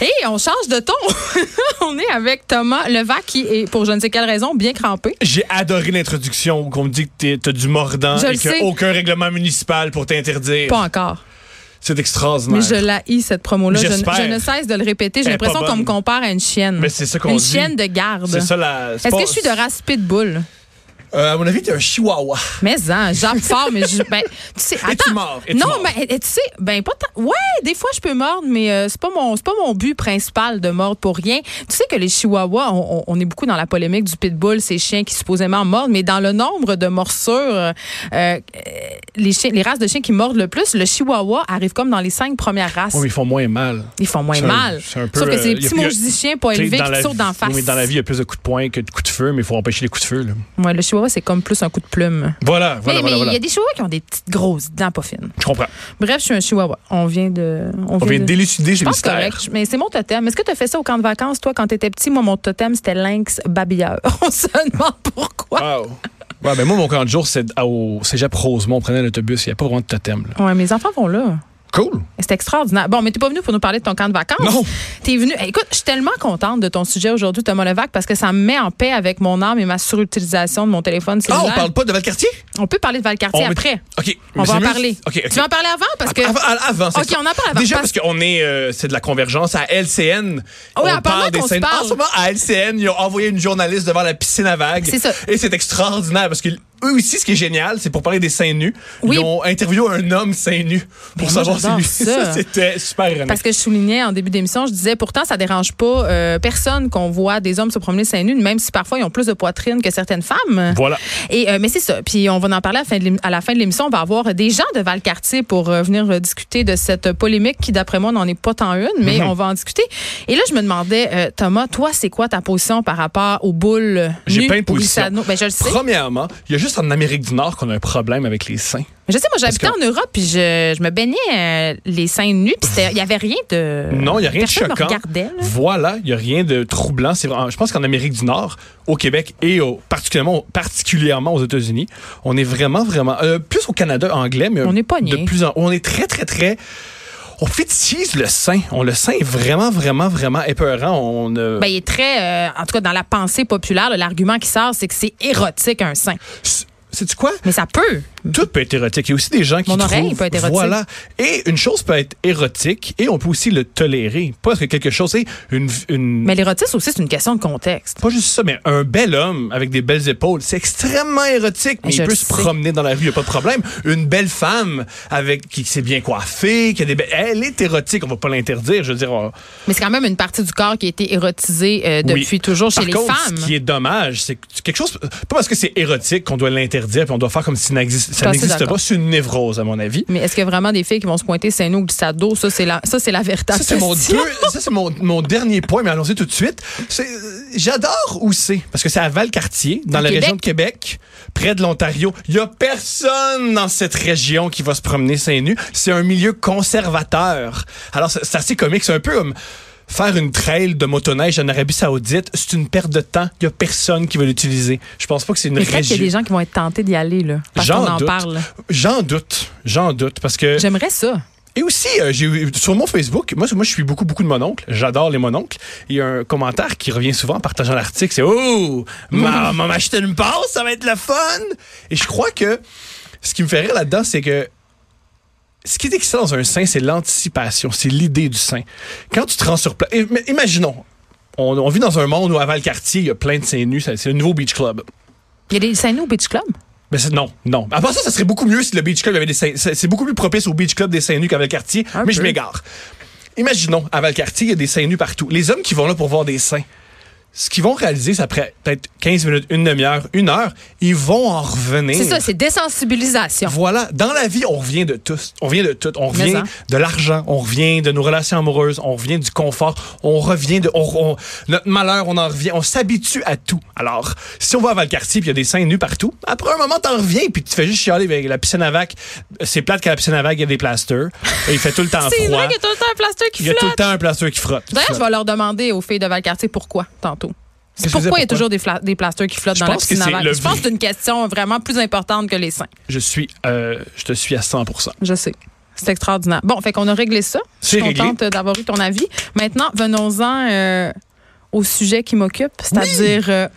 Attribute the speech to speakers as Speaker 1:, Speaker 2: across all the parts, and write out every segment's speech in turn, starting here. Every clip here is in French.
Speaker 1: Et on change de ton. on est avec Thomas Levac qui est, pour je ne sais quelle raison, bien crampé.
Speaker 2: J'ai adoré l'introduction où on me dit que t'as du mordant
Speaker 1: Je
Speaker 2: et
Speaker 1: le
Speaker 2: qu'il n'y
Speaker 1: sais.
Speaker 2: a aucun règlement municipal pour t'interdire.
Speaker 1: Pas encore.
Speaker 2: C'est extraordinaire.
Speaker 1: Mais je la hais, cette promo-là. Je, ne-
Speaker 2: J'espère.
Speaker 1: je ne cesse de le répéter. J'ai
Speaker 2: Elle est pas
Speaker 1: l'impression qu'on
Speaker 2: bonne.
Speaker 1: me compare à une chienne.
Speaker 2: Mais c'est ça qu'on
Speaker 1: Une
Speaker 2: dit.
Speaker 1: chienne de garde.
Speaker 2: C'est ça la.
Speaker 1: Est-ce que je suis de race pitbull?
Speaker 2: Euh, à mon avis, t'es un chihuahua.
Speaker 1: Mais hein, j'appe fort, mais je, ben, tu sais, attends.
Speaker 2: Es-tu mort? Es-tu
Speaker 1: non,
Speaker 2: mort?
Speaker 1: mais eh, tu sais, ben pas tant. Ouais, des fois je peux mordre, mais euh, c'est pas mon, c'est pas mon but principal de mordre pour rien. Tu sais que les chihuahuas, on, on- on est beaucoup dans la polémique du pitbull, ces chiens qui supposément mordent, mais dans le nombre de morsures, euh, euh, les chiens, les races de chiens qui mordent le plus, le chihuahua arrive comme dans les cinq premières races.
Speaker 2: Oui, mais ils font moins mal.
Speaker 1: Ils font moins
Speaker 2: C'est un-
Speaker 1: mal.
Speaker 2: c'est un peu,
Speaker 1: Sauf que c'est
Speaker 2: euh,
Speaker 1: des
Speaker 2: il y a
Speaker 1: petits
Speaker 2: plus-
Speaker 1: maudits chiens pas
Speaker 2: Tu sais,
Speaker 1: élevés
Speaker 2: dans la
Speaker 1: qui sautent
Speaker 2: vie-
Speaker 1: d'en face.
Speaker 2: Oui, mais dans la vie, il y a plus de coups de poing que de coups de feu, mais il faut empêcher les coups de feu. là.
Speaker 1: Ouais, le chihuahua, c'est comme plus un coup de plume.
Speaker 2: Voilà, voilà,
Speaker 1: mais mais il
Speaker 2: voilà. voilà.
Speaker 1: y a des chihuahuas qui ont des petites grosses dents pas fines.
Speaker 2: Je comprends.
Speaker 1: Bref, je suis un chihuahua. On vient de.
Speaker 2: On vient de délucider ces
Speaker 1: Je pense
Speaker 2: mystères.
Speaker 1: correct, mais c'est mon totem. Est-ce que tu as fait ça au camp de vacances, toi, quand tu étais petit? Moi, mon totem, c'était lynx babilleur. On se demande pourquoi.
Speaker 2: Wow. Ouais, ben moi, mon camp de jour, c'est à- au Cégep Rosemont. On prenait l'autobus. Il n'y a pas vraiment de totem. là.
Speaker 1: Ouais, mes enfants vont là.
Speaker 2: Cool.
Speaker 1: C'est extraordinaire. Bon, mais t'es pas venu pour nous parler de ton camp de vacances.
Speaker 2: Non.
Speaker 1: T'es venu. Eh, Écoute, je suis tellement contente de ton sujet aujourd'hui, Thomas Levac, parce que ça me met en paix avec mon âme et ma surutilisation de mon téléphone
Speaker 2: Ah,
Speaker 1: cellulaire.
Speaker 2: on parle pas de Valcartier?
Speaker 1: On peut parler de Valcartier
Speaker 2: On met-
Speaker 1: après.
Speaker 2: OK.
Speaker 1: On
Speaker 2: mais
Speaker 1: va
Speaker 2: c'est
Speaker 1: en
Speaker 2: mieux-
Speaker 1: parler.
Speaker 2: OK, OK.
Speaker 1: Tu veux en parler avant? Parce que.
Speaker 2: Avant, avant, c'est
Speaker 1: OK, on en parle avant.
Speaker 2: Déjà,
Speaker 1: Parce-
Speaker 2: parce, qu'on est, euh, c'est de la convergence à LCN.
Speaker 1: Ah oui,
Speaker 2: on
Speaker 1: en parlant
Speaker 2: parle des
Speaker 1: qu'on se
Speaker 2: scènes.
Speaker 1: parle.
Speaker 2: En ce moment, à LCN, ils ont envoyé une journaliste devant la piscine à vagues.
Speaker 1: C'est ça.
Speaker 2: Et c'est extraordinaire parce que eux aussi, ce qui est génial, c'est pour parler des seins nus.
Speaker 1: Oui.
Speaker 2: Ils ont interviewé un homme seins nus pour
Speaker 1: Ben, moi,
Speaker 2: savoir si
Speaker 1: j'adore
Speaker 2: lui.
Speaker 1: ça.
Speaker 2: c'était super ironique.
Speaker 1: Parce que je soulignais en début d'émission, je disais pourtant ça dérange pas euh, personne qu'on voit des hommes se promener seins nus, même si parfois ils ont plus de poitrine que certaines femmes.
Speaker 2: Voilà.
Speaker 1: Et euh, mais c'est ça. Puis on va en parler à la fin de l'ém- à la fin de l'émission. On va avoir des gens de Valcartier pour euh, venir euh, discuter de cette polémique qui, d'après moi, n'en est pas tant une, mais
Speaker 2: Mhm.
Speaker 1: on va en discuter. Et là, je me demandais, euh, Thomas, toi, c'est quoi ta position par rapport aux boules
Speaker 2: J'ai
Speaker 1: nues
Speaker 2: plein de
Speaker 1: au
Speaker 2: positions.
Speaker 1: glissade- Ben, je le sais.
Speaker 2: Premièrement, il y a juste en Amérique du Nord qu'on a un problème avec les seins.
Speaker 1: Mais Je sais, moi, j'habitais
Speaker 2: Parce
Speaker 1: en Europe, puis je, je me baignais euh, les seins nus, puis c'était- il y avait rien de.
Speaker 2: Non, il n'y a rien
Speaker 1: Euh, Personne
Speaker 2: de
Speaker 1: me
Speaker 2: choquant.
Speaker 1: regardait, là.
Speaker 2: Voilà, il n'y a rien de troublant. C'est vraiment- je pense qu'en Amérique du Nord, au Québec et au- particulièrement, particulièrement aux États-Unis, on est vraiment, vraiment. euh, plus au Canada anglais, mais
Speaker 1: On est pogné.
Speaker 2: de plus en On est très, très, très. On fétichise le sein. On, le sein est vraiment, vraiment, vraiment épeurant. On, euh,
Speaker 1: Ben, il est très, euh, en tout cas, dans la pensée populaire, là, l'argument qui sort, c'est que c'est érotique un sein.
Speaker 2: s- Sais-tu quoi?
Speaker 1: Mais ça peut.
Speaker 2: Tout peut être érotique. Il y a aussi des gens qui
Speaker 1: Mon
Speaker 2: trouvent...
Speaker 1: oreille peut être érotique.
Speaker 2: Voilà. Et une chose peut être érotique et on peut aussi le tolérer. Pas parce que quelque chose est une... une
Speaker 1: Mais l'érotisme aussi, c'est une question de contexte.
Speaker 2: Pas juste ça, mais un bel homme avec des belles épaules, c'est extrêmement érotique, mais
Speaker 1: Je
Speaker 2: il peut
Speaker 1: le
Speaker 2: se
Speaker 1: sais.
Speaker 2: promener dans la rue, il a pas de problème. Une belle femme avec qui s'est bien coiffée, qui a des belles... Elle est érotique, on va pas l'interdire, je veux dire... on-
Speaker 1: Mais c'est quand même une partie du corps qui a été érotisée euh,
Speaker 2: oui.
Speaker 1: depuis toujours chez
Speaker 2: Par
Speaker 1: les
Speaker 2: contre,
Speaker 1: femmes.
Speaker 2: ce qui est dommage, c'est que quelque chose... Pas parce que c'est érotique qu'on doit l'interdire, puis on doit faire comme si ça n'existe- ça
Speaker 1: assez
Speaker 2: n'existe
Speaker 1: d'accord.
Speaker 2: pas. C'est une névrose, à mon avis.
Speaker 1: Mais est-ce que vraiment des filles qui vont se pointer seins nus au glissade d'eau, ça, c'est la, ça, c'est la véritable
Speaker 2: Ça, c'est mon,
Speaker 1: question.
Speaker 2: deux- ça, c'est mon, mon dernier point, mais allons-y tout de suite. C'est- euh, J'adore où c'est, parce que c'est à Valcartier, dans
Speaker 1: Au
Speaker 2: la
Speaker 1: Québec.
Speaker 2: région de Québec, près de l'Ontario. Il n'y a personne dans cette région qui va se promener seins nus. C'est un milieu conservateur. Alors, c'est c'est assez comique. C'est un peu comme faire une trail de motoneige en Arabie Saoudite. C'est une perte de temps. Il n'y a personne qui va l'utiliser. Je pense pas que c'est une
Speaker 1: Mais peut-être qu'il y a des
Speaker 2: région.
Speaker 1: gens qui vont être tentés d'y aller, là, parce qu'on
Speaker 2: J'en
Speaker 1: en
Speaker 2: doute.
Speaker 1: parle.
Speaker 2: J'en doute. J'en doute, parce que...
Speaker 1: J'aimerais ça.
Speaker 2: Et aussi, euh, j'ai eu- sur mon Facebook, moi, moi je suis beaucoup, beaucoup de mononcles. J'adore les mononcles. Il y a un commentaire qui revient souvent en partageant l'article. C'est Oh, maman m'a acheté une passe, ça va être le fun. Et je crois que ce qui me fait rire là-dedans, c'est que ce qui est excitant dans un sein, c'est l'anticipation, c'est l'idée du sein. Quand tu te rends sur place, imaginons, on, on vit dans un monde où à Valcartier, il y a plein de seins nus, c'est c'est le nouveau beach club.
Speaker 1: Il y a des seins nus au Beach Club?
Speaker 2: Mais c'est- non, non. À part ça, ça serait beaucoup mieux si le Beach Club avait des seins- C'est c'est beaucoup plus propice au Beach Club des seins nus qu'à Valcartier,
Speaker 1: Un
Speaker 2: mais je
Speaker 1: peu.
Speaker 2: m'égare. Imaginons, à Valcartier, il y a des seins nus partout. Les hommes qui vont là pour voir des seins, ce qu'ils vont réaliser, c'est après peut-être 15 minutes, une demi-heure, une heure, ils vont en revenir.
Speaker 1: C'est ça, c'est désensibilisation.
Speaker 2: Voilà, dans la vie, on revient de tous. On revient de tout. On
Speaker 1: Mais
Speaker 2: revient
Speaker 1: ça.
Speaker 2: de l'argent, on revient de nos relations amoureuses, on revient du confort, on revient de on- on- notre malheur, on en revient, on s'habitue à tout. Alors, si on va à Valcartier puis il y a des seins nus partout, après un moment t'en reviens puis tu te fais juste chialer avec la piscine à vague. C'est plate qu'à la piscine à vague, il y a des plasters et il fait tout le temps
Speaker 1: C'est vrai
Speaker 2: froid.
Speaker 1: qu'il y a tout le temps un plastique qui
Speaker 2: Il y a
Speaker 1: flotte.
Speaker 2: tout le temps un plaster qui frotte.
Speaker 1: D'ailleurs, je vais leur demander aux filles de Valcartier pourquoi tantôt. C'est
Speaker 2: Qu'est-ce que
Speaker 1: pourquoi il y a
Speaker 2: c'est,
Speaker 1: toujours
Speaker 2: pourquoi?
Speaker 1: des, fla- des plasteurs qui flottent
Speaker 2: Je
Speaker 1: dans la
Speaker 2: pense que
Speaker 1: piscine
Speaker 2: c'est
Speaker 1: avant.
Speaker 2: le
Speaker 1: Je pense
Speaker 2: vrai-
Speaker 1: que c'est une question vraiment plus importante que les seins.
Speaker 2: Je suis euh, je te suis à 100
Speaker 1: Je sais. C'est extraordinaire. Bon, fait qu'on a réglé ça. Je suis
Speaker 2: C'est réglé.
Speaker 1: contente euh, d'avoir eu ton avis. Maintenant, venons-en euh, au sujet qui m'occupe, c'est-à-dire. euh,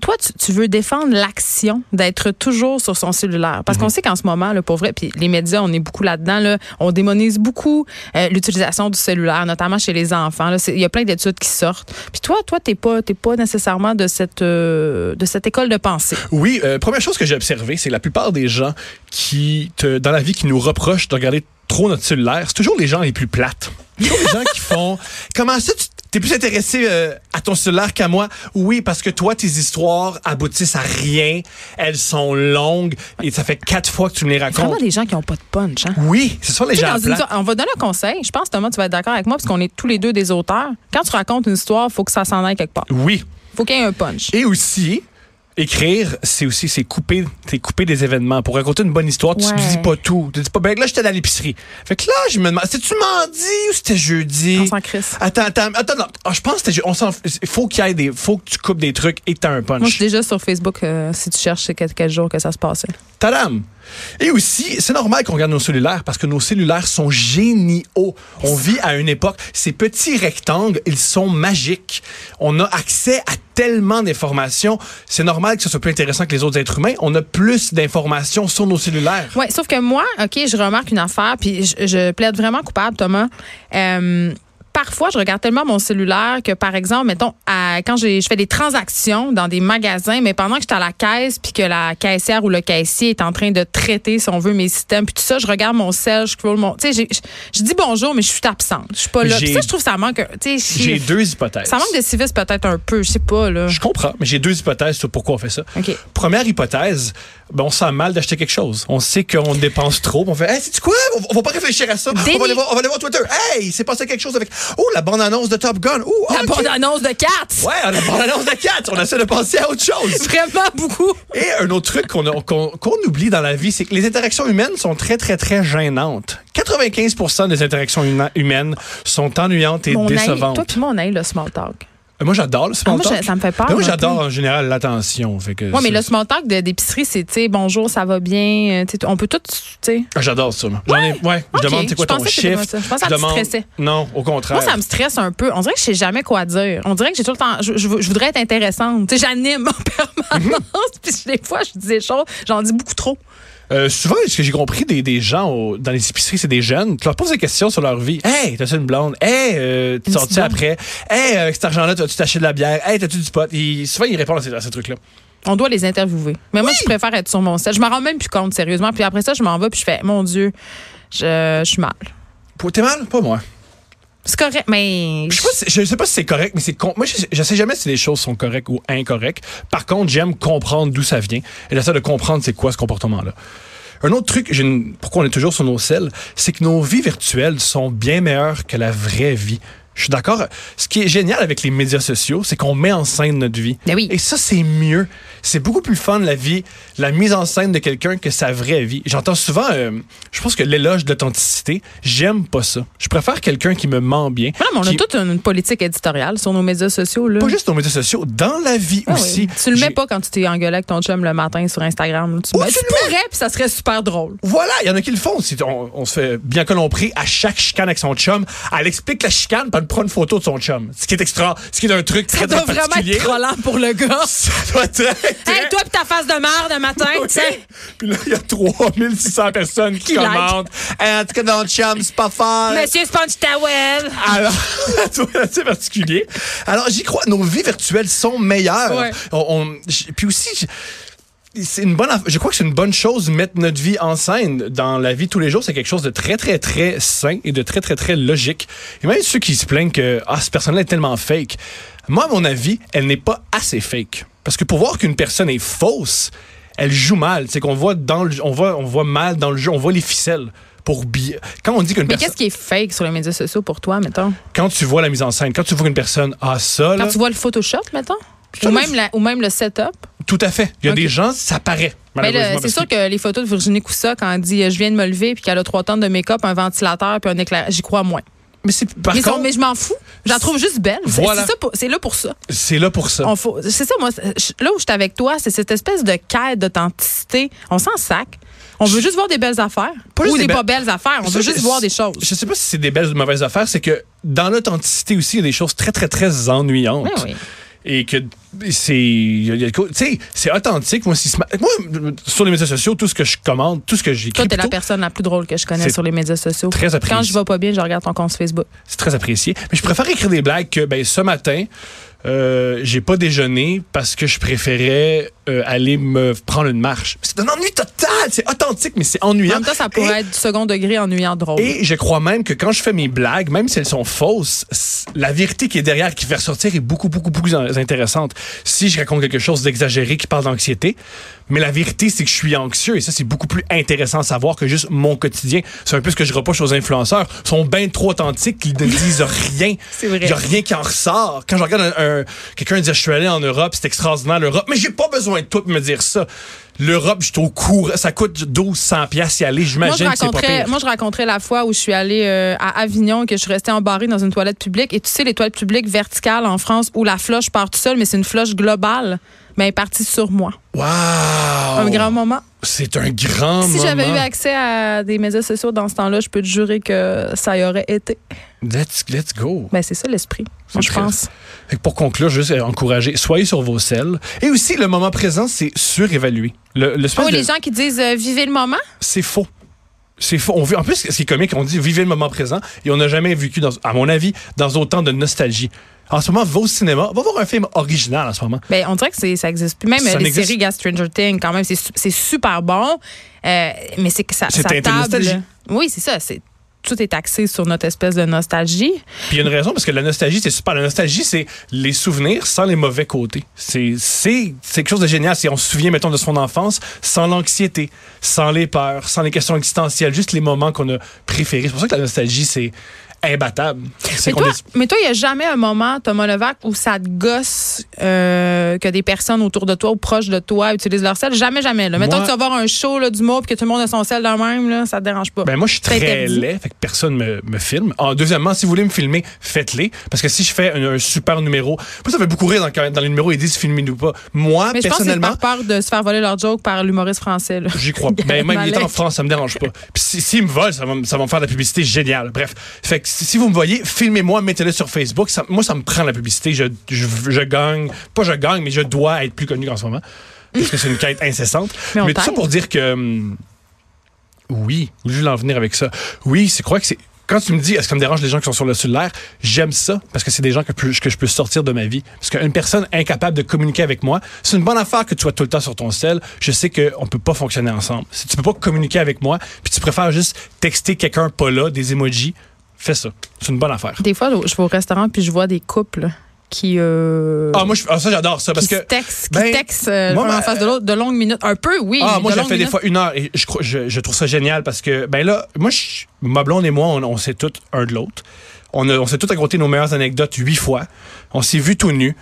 Speaker 1: toi, tu, tu veux défendre l'action d'être toujours sur son cellulaire. Parce qu'on sait qu'en ce moment, là, pour vrai, puis les médias, on est beaucoup là-dedans, là, on démonise beaucoup euh, l'utilisation du cellulaire, notamment chez les enfants. là. C'est- Il y a plein d'études qui sortent. Puis toi, toi, t'es pas, t'es pas nécessairement de cette, euh, de cette école de pensée.
Speaker 2: Oui, euh, première chose que j'ai observée, c'est que la plupart des gens qui, te- dans la vie, qui nous reprochent de regarder trop notre cellulaire, c'est toujours les gens les plus plates. C'est Toujours les gens qui font Comment ça, tu t'es plus intéressé euh, à ton cellulaire qu'à moi? Oui, parce que toi, tes histoires aboutissent à rien. Elles sont longues et ça fait quatre fois que tu me les
Speaker 1: Vraiment
Speaker 2: racontes.
Speaker 1: des gens qui ont pas de punch, hein?
Speaker 2: Oui, ce sont les
Speaker 1: Tu sais,
Speaker 2: gens
Speaker 1: dans une
Speaker 2: plates.
Speaker 1: histoire- on va donner un conseil. Je pense, Thomas, tu vas être d'accord avec moi, parce qu'on est tous les deux des auteurs. Quand tu racontes une histoire, faut que ça s'en aille quelque part.
Speaker 2: Oui.
Speaker 1: faut qu'il y ait un punch.
Speaker 2: Et aussi, écrire, c'est aussi c'est couper, c'est couper des événements. Pour raconter une bonne histoire, tu
Speaker 1: Ouais.
Speaker 2: ne dis pas tout. Tu dis pas, ben là, j'étais à l'épicerie. Fait que là, je me demande, c'était-tu mardi ou c'était jeudi?
Speaker 1: On s'en crisse.
Speaker 2: Attends, attends, attends, non. Ah, je pense que c'était je- on s'en f- faut qu'il y ait des, faut que tu coupes des trucs et que t'as un punch.
Speaker 1: Moi, je suis déjà sur Facebook euh, si tu cherches c'est quel, quel jour que ça se passait.
Speaker 2: Tadam! Et aussi, c'est normal qu'on regarde nos cellulaires parce que nos cellulaires sont géniaux. On vit à une époque, ces petits rectangles, ils sont magiques. On a accès à tellement d'informations. C'est normal que ce soit plus intéressant que les autres êtres humains. On a plus d'informations sur nos cellulaires.
Speaker 1: Oui, sauf que moi, OK, je remarque une affaire, puis je, je plaide vraiment coupable, Thomas. Euh, Parfois, je regarde tellement mon cellulaire que, par exemple, mettons, à- quand j'ai- je fais des transactions dans des magasins, mais pendant que j'étais à la caisse, puis que la caissière ou le caissier est en train de traiter, si on veut, mes systèmes, puis tout ça, je regarde mon sel, je scroll mon... Tu sais, j'ai- je- je dis bonjour, mais je suis absente. Je suis pas là. Puis
Speaker 2: J'ai-
Speaker 1: ça, je trouve ça manque... Tu
Speaker 2: J'ai
Speaker 1: sais, je-
Speaker 2: deux hypothèses.
Speaker 1: ça manque de civisme peut-être un peu, je sais pas, là.
Speaker 2: Je comprends, mais j'ai deux hypothèses sur pourquoi on fait ça.
Speaker 1: OK.
Speaker 2: Première hypothèse, ben on sent mal d'acheter quelque chose. On sait qu'on dépense trop. puis On fait, hey, c'est quoi? On- On va pas réfléchir à ça.
Speaker 1: Déni.
Speaker 2: On va, aller voir, on va aller voir Twitter. Hey, il s'est passé quelque chose avec. Oh, la bande-annonce de Top Gun. Oh,
Speaker 1: La
Speaker 2: ok.
Speaker 1: bande-annonce de 4!
Speaker 2: Ouais, la bande-annonce de 4. On essaie de penser à autre chose.
Speaker 1: Vraiment beaucoup.
Speaker 2: Et un autre truc qu'on a- qu'on- qu'on oublie dans la vie, c'est que les interactions humaines sont très, très, très gênantes. 95 des interactions huma- humaines sont ennuyantes et
Speaker 1: Mais on haït-
Speaker 2: décevantes.
Speaker 1: toi puis moi, on a le small talk.
Speaker 2: Euh, Moi, j'adore le small
Speaker 1: Ah, moi,
Speaker 2: talk.
Speaker 1: je- ça me fait peur,
Speaker 2: Ben, moi,
Speaker 1: un
Speaker 2: j'adore
Speaker 1: peu.
Speaker 2: en général l'attention. Fait que
Speaker 1: Oui, mais
Speaker 2: c'est-
Speaker 1: le small talk de- d'épicerie, c'est, tu sais, bonjour, ça va bien. euh, tu sais, On peut tout, tu sais.
Speaker 2: Ah, J'adore ça. moi. J'en ai, ouais,
Speaker 1: Ok,
Speaker 2: je demande c'est quoi
Speaker 1: je
Speaker 2: ton
Speaker 1: pensais que c'était
Speaker 2: chiffre.
Speaker 1: comme ça. Je pensais que ça te stressait.
Speaker 2: Non, au contraire.
Speaker 1: Moi, ça me stresse un peu. On dirait que je sais jamais quoi dire. On dirait que j'ai tout le temps. Je, je- je voudrais être intéressante. Tu sais, j'anime en permanence. Puis des fois, je dis des choses, j'en dis beaucoup trop.
Speaker 2: Euh, souvent, ce que j'ai compris des, des gens au- dans les épiceries, c'est des jeunes. Tu leur poses des questions sur leur vie. Hey, t'as-tu une blonde? Hey, euh, t'es
Speaker 1: Une
Speaker 2: sorti
Speaker 1: petite
Speaker 2: après? Hey, avec cet argent-là, tu tu t'acheter de la bière? Hey, t'as-tu du pot? Et souvent, ils répondent à ces, à ces trucs-là.
Speaker 1: On doit les interviewer. Mais moi, je préfère être sur mon set. Je m'en rends même plus compte, sérieusement. Puis après ça, je m'en vais, puis je fais, mon Dieu, je, je suis mal.
Speaker 2: Pour- T'es mal? Pas moi.
Speaker 1: C'est correct, mais.
Speaker 2: Je sais pas si, je sais pas si c'est correct, mais c'est con. Moi, je, je sais jamais si les choses sont correctes ou incorrectes. Par contre, j'aime comprendre d'où ça vient et j'essaie de comprendre c'est quoi ce comportement-là. Un autre truc, j'ai une- pourquoi on est toujours sur nos selles, c'est que nos vies virtuelles sont bien meilleures que la vraie vie. Je suis d'accord. Ce qui est génial avec les médias sociaux, c'est qu'on met en scène notre vie.
Speaker 1: Ben oui.
Speaker 2: Et ça, c'est mieux. C'est beaucoup plus fun, la vie, la mise en scène de quelqu'un que sa vraie vie. J'entends souvent, euh, je pense que l'éloge de l'authenticité, j'aime pas ça. Je préfère quelqu'un qui me ment bien.
Speaker 1: Voilà, Ah, mais on a
Speaker 2: qui-
Speaker 1: toute une politique éditoriale sur nos médias sociaux. Là.
Speaker 2: pas juste nos médias sociaux, dans la vie
Speaker 1: Ah oui.
Speaker 2: aussi.
Speaker 1: Tu le
Speaker 2: J'ai-
Speaker 1: mets pas quand tu t'es engueulé avec ton chum le matin sur Instagram. là. Tu,
Speaker 2: Ou
Speaker 1: ben,
Speaker 2: tu
Speaker 1: tu
Speaker 2: le
Speaker 1: pourrais, puis ça serait super drôle.
Speaker 2: Voilà, il y en a qui le font. Si on, on se fait bien colombrer à chaque chicane avec son chum. Elle explique la chicane, puis elle prend une photo de son chum. Ce qui est extra, ce qui est un truc
Speaker 1: Ça
Speaker 2: très,
Speaker 1: doit
Speaker 2: très
Speaker 1: vraiment
Speaker 2: particulier.
Speaker 1: être trollant pour le gars.
Speaker 2: Ça doit être très-
Speaker 1: hey, toi pis ta face de marde un matin,
Speaker 2: Oui.
Speaker 1: tu sais.
Speaker 2: Puis là, il y a 3600 personnes qui,
Speaker 1: Qui like.
Speaker 2: commentent. Hey, en tout cas, ton chum, c'est pas fort.
Speaker 1: Monsieur Sponge Towel.
Speaker 2: Alors, tu vois, c'est particulier. Alors, j'y crois, nos vies virtuelles sont meilleures.
Speaker 1: Ouais.
Speaker 2: On- on- j- puis aussi, j- c'est une bonne, aff- je crois que c'est une bonne chose de mettre notre vie en scène dans la vie de tous les jours. C'est quelque chose de très, très, très sain et de très, très, très logique. Et même ceux qui se plaignent que ah, cette personne-là est tellement fake. Moi, à mon avis, elle n'est pas assez fake. Parce que pour voir qu'une personne est fausse, elle joue mal. C'est qu'on voit, dans le- on voit, on voit mal dans le jeu, on voit les ficelles. Pour bi- Quand on dit qu'une
Speaker 1: Mais
Speaker 2: personne
Speaker 1: qu'est-ce qui est fake sur les médias sociaux pour toi, mettons?
Speaker 2: quand tu vois la mise en scène, quand tu vois qu'une personne a ça, là,
Speaker 1: Quand tu vois le Photoshop, mettons?
Speaker 2: Ça,
Speaker 1: Ou
Speaker 2: mais-
Speaker 1: même, la- ou même le setup.
Speaker 2: tout à fait. Il y a
Speaker 1: Ok.
Speaker 2: des gens, ça paraît.
Speaker 1: Mais là,
Speaker 2: malheureusement,
Speaker 1: c'est sûr
Speaker 2: parce
Speaker 1: que les photos de Virginie Coussa, quand elle dit euh, je viens de me lever puis qu'elle a trois tonnes de make-up, un ventilateur puis un éclair, j'y crois moins.
Speaker 2: Mais, c'est- par
Speaker 1: Mais, ça-
Speaker 2: contre,
Speaker 1: mais je m'en fous. J'en trouve juste belle. C'est-
Speaker 2: Voilà.
Speaker 1: c'est ça pour- C'est là pour ça.
Speaker 2: c'est là pour ça.
Speaker 1: On faut- c'est ça, moi, c'est- je- là où je suis avec toi, c'est cette espèce de quête d'authenticité. On s'en sac. On veut juste voir des belles affaires.
Speaker 2: Pas juste
Speaker 1: ou
Speaker 2: des
Speaker 1: des
Speaker 2: belles-
Speaker 1: pas belles affaires. On
Speaker 2: Ça,
Speaker 1: veut juste
Speaker 2: je-
Speaker 1: voir des choses.
Speaker 2: Je sais pas si c'est des belles ou de mauvaises affaires, c'est que dans l'authenticité aussi, il y a des choses très, très, très ennuyantes.
Speaker 1: Ben oui.
Speaker 2: Et que c'est. il y a- il y a le co- Tu sais, c'est authentique. Moi, si ce ma- moi, sur les médias sociaux, tout ce que je commande, tout ce que j'écris,
Speaker 1: Toi, t'es la
Speaker 2: plutôt,
Speaker 1: personne la plus drôle que je connais
Speaker 2: C'est
Speaker 1: sur les médias sociaux.
Speaker 2: très apprécié.
Speaker 1: Quand je vais pas bien, je regarde ton compte Facebook.
Speaker 2: c'est très apprécié. Mais je préfère écrire des blagues que, ben, ce matin, euh, j'ai pas déjeuné parce que je préférais euh, aller me prendre une marche. C'est un ennui total. C'est authentique, mais c'est
Speaker 1: En
Speaker 2: ennuyant.
Speaker 1: même temps, ça
Speaker 2: Et-
Speaker 1: pourrait être du second degré ennuyant drôle.
Speaker 2: Et je crois même que quand je fais mes blagues, même si elles sont fausses, s- la vérité qui est derrière, qui fait ressortir, est beaucoup, beaucoup, beaucoup plus in- intéressante. Si je raconte quelque chose d'exagéré qui parle d'anxiété, mais la vérité, c'est que je suis anxieux et ça, c'est beaucoup plus intéressant à savoir que juste mon quotidien. C'est un peu ce que je reproche aux influenceurs. Ils sont bien trop authentiques qu'ils ne disent rien.
Speaker 1: C'est vrai.
Speaker 2: Il y a rien qui en ressort. Quand je regarde un, un- quelqu'un dire je suis allé en Europe, c'est extraordinaire l'Europe, mais j'ai pas besoin de tout me dire ça. L'Europe, je suis au courant. Ça coûte 1200 pièces y aller.
Speaker 1: Moi je,
Speaker 2: J'imagine que c'est pas
Speaker 1: raconterais,
Speaker 2: pire.
Speaker 1: moi, je raconterais la fois où je suis allée euh, à Avignon et que je suis restée embarrée dans une toilette publique. Et tu sais, les toilettes publiques verticales en France où la floche part tout seul, mais c'est une floche globale, mais elle est partie sur moi.
Speaker 2: Wow! Oh.
Speaker 1: Un grand moment.
Speaker 2: C'est un grand
Speaker 1: Si
Speaker 2: moment.
Speaker 1: j'avais eu accès à des médias sociaux dans ce temps-là, je peux te jurer que ça y aurait été.
Speaker 2: Let's, let's go.
Speaker 1: Ben, c'est ça l'esprit. Moi,
Speaker 2: C'est
Speaker 1: je
Speaker 2: très-
Speaker 1: pense.
Speaker 2: Fait que pour conclure, juste euh, encourager, soyez sur vos selles. Et aussi, le moment présent, c'est surévalué. Le, l'espèce
Speaker 1: Oh,
Speaker 2: de-
Speaker 1: les gens qui disent euh, vivez le moment.
Speaker 2: C'est faux. C'est faux. On vit, en plus, ce qui est comique, on dit vivez le moment présent et on n'a jamais vécu, dans, à mon avis, dans autant de nostalgie. En ce moment, va au cinéma, va voir un film original en ce moment.
Speaker 1: Ben, on dirait que c'est- ça existe plus. Même
Speaker 2: Ça
Speaker 1: euh, les
Speaker 2: n'existe-
Speaker 1: séries Gas Stranger Things, quand même, c'est su- c'est super bon. Euh, mais c'est que ça,
Speaker 2: C'est
Speaker 1: ça
Speaker 2: teinté de nostalgie.
Speaker 1: table. Oui, c'est ça. C'est tout est axé sur notre espèce de nostalgie.
Speaker 2: Puis il y a une raison, parce que la nostalgie, c'est super. La nostalgie, c'est les souvenirs sans les mauvais côtés. C'est c'est- c'est quelque chose de génial. Si on se souvient, mettons, de son enfance sans l'anxiété, sans les peurs, sans les questions existentielles, juste les moments qu'on a préférés. C'est pour ça que la nostalgie, c'est imbattable. C'est
Speaker 1: Mais
Speaker 2: qu'on
Speaker 1: toi,
Speaker 2: est-
Speaker 1: mais toi, il n'y a jamais un moment, Thomas Levac, où ça te gosse euh, que des personnes autour de toi ou proches de toi utilisent leur sel. Jamais, jamais. Là. Mettons
Speaker 2: Moi-
Speaker 1: que tu vas voir un show là, du mot et que tout le monde a son sel de même, là, ça te dérange pas.
Speaker 2: Ben moi, je suis
Speaker 1: C'est
Speaker 2: très
Speaker 1: interdit.
Speaker 2: laid, fait que personne me, me filme. En deuxièmement, si vous voulez me filmer, faites-les. Parce que si je fais un, un super numéro, moi, ça fait beaucoup rire dans, dans les numéros, ils disent filmez-nous pas. Moi,
Speaker 1: mais je pense que c'est
Speaker 2: personnellement,
Speaker 1: par peur de se faire voler leur joke par l'humoriste français. là.
Speaker 2: J'y crois pas.
Speaker 1: Gaël
Speaker 2: Ben, même il est en
Speaker 1: Malek.
Speaker 2: France, ça me dérange pas. Puis si- s'ils me volent, ça va, me- ça va me faire de la publicité géniale. Bref. Fait que si si vous me voyez, filmez-moi, mettez-le sur Facebook. Ça- moi, ça me prend la publicité. Je, je, je gagne. Pas je gagne, mais je dois être plus connu qu'en ce moment. Parce que c'est une quête incessante.
Speaker 1: Mais on
Speaker 2: tout ça
Speaker 1: t'aide.
Speaker 2: pour dire que. hum, Oui, je voulais en venir avec ça. Oui, c'est crois que c'est. Quand tu me dis, est-ce que ça me dérange les gens qui sont sur le cellulaire, j'aime ça parce que c'est des gens que, plus- que je peux sortir de ma vie. Parce qu'une personne incapable de communiquer avec moi, c'est une bonne affaire que tu sois tout le temps sur ton cell. Je sais qu'on peut pas fonctionner ensemble. Si tu peux pas communiquer avec moi, puis tu préfères juste texter quelqu'un pas là, des emojis, fais ça. C'est une bonne affaire.
Speaker 1: Des fois, je vais au restaurant puis je vois des couples qui. euh,
Speaker 2: Ah, moi, je- ah, ça, j'adore ça parce
Speaker 1: qui
Speaker 2: que.
Speaker 1: se textent, qui
Speaker 2: ben,
Speaker 1: textent, euh,
Speaker 2: moi,
Speaker 1: l'un en
Speaker 2: ma-
Speaker 1: face de l'autre de longues minutes. Un peu, oui.
Speaker 2: Ah,
Speaker 1: mais
Speaker 2: moi,
Speaker 1: de
Speaker 2: j'en
Speaker 1: longues
Speaker 2: fais des
Speaker 1: minutes.
Speaker 2: fois une heure et je, crois- je, je trouve ça génial parce que, ben là, moi, je- ma blonde et moi, on, on sait tous un de l'autre. On, a- on s'est tous raconté nos meilleures anecdotes huit fois. On s'est vu tout nu.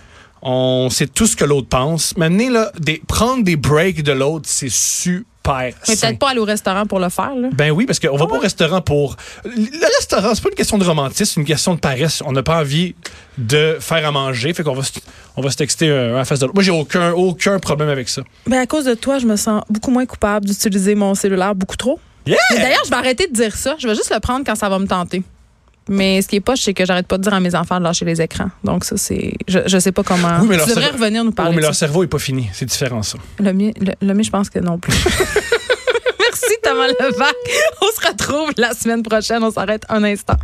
Speaker 2: On sait tout ce que l'autre pense. Maintenant, là, des, prendre des breaks de l'autre, c'est super
Speaker 1: Mais
Speaker 2: sain.
Speaker 1: peut-être pas Ah aller au restaurant pour le faire. Là.
Speaker 2: Ben oui, parce qu'on va pas au restaurant pour. Le restaurant, c'est pas une question de romantisme, c'est une question de paresse. On n'a pas envie de faire à manger, fait qu'on va, se- on va se texter euh, à la face de l'autre. Moi, j'ai aucun, aucun problème avec ça.
Speaker 1: Mais Ben, à cause de toi, je me sens beaucoup moins coupable d'utiliser mon cellulaire beaucoup trop.
Speaker 2: Yeah!
Speaker 1: Mais D'ailleurs, je vais arrêter de dire ça. Je vais juste le prendre quand ça va me tenter. Mais ce qui est poche, c'est que j'arrête pas de dire à mes enfants de lâcher les écrans. Donc ça, c'est, je, je sais pas comment.
Speaker 2: Oui, mais leur
Speaker 1: tu devrais
Speaker 2: cerveau-
Speaker 1: revenir nous
Speaker 2: Oh,
Speaker 1: parler.
Speaker 2: mais
Speaker 1: de
Speaker 2: leur
Speaker 1: ça.
Speaker 2: cerveau est pas fini. C'est différent, ça.
Speaker 1: Le mien, le, le mien, je pense que non plus. Merci Thomas Levac. On se retrouve la semaine prochaine. On s'arrête un instant.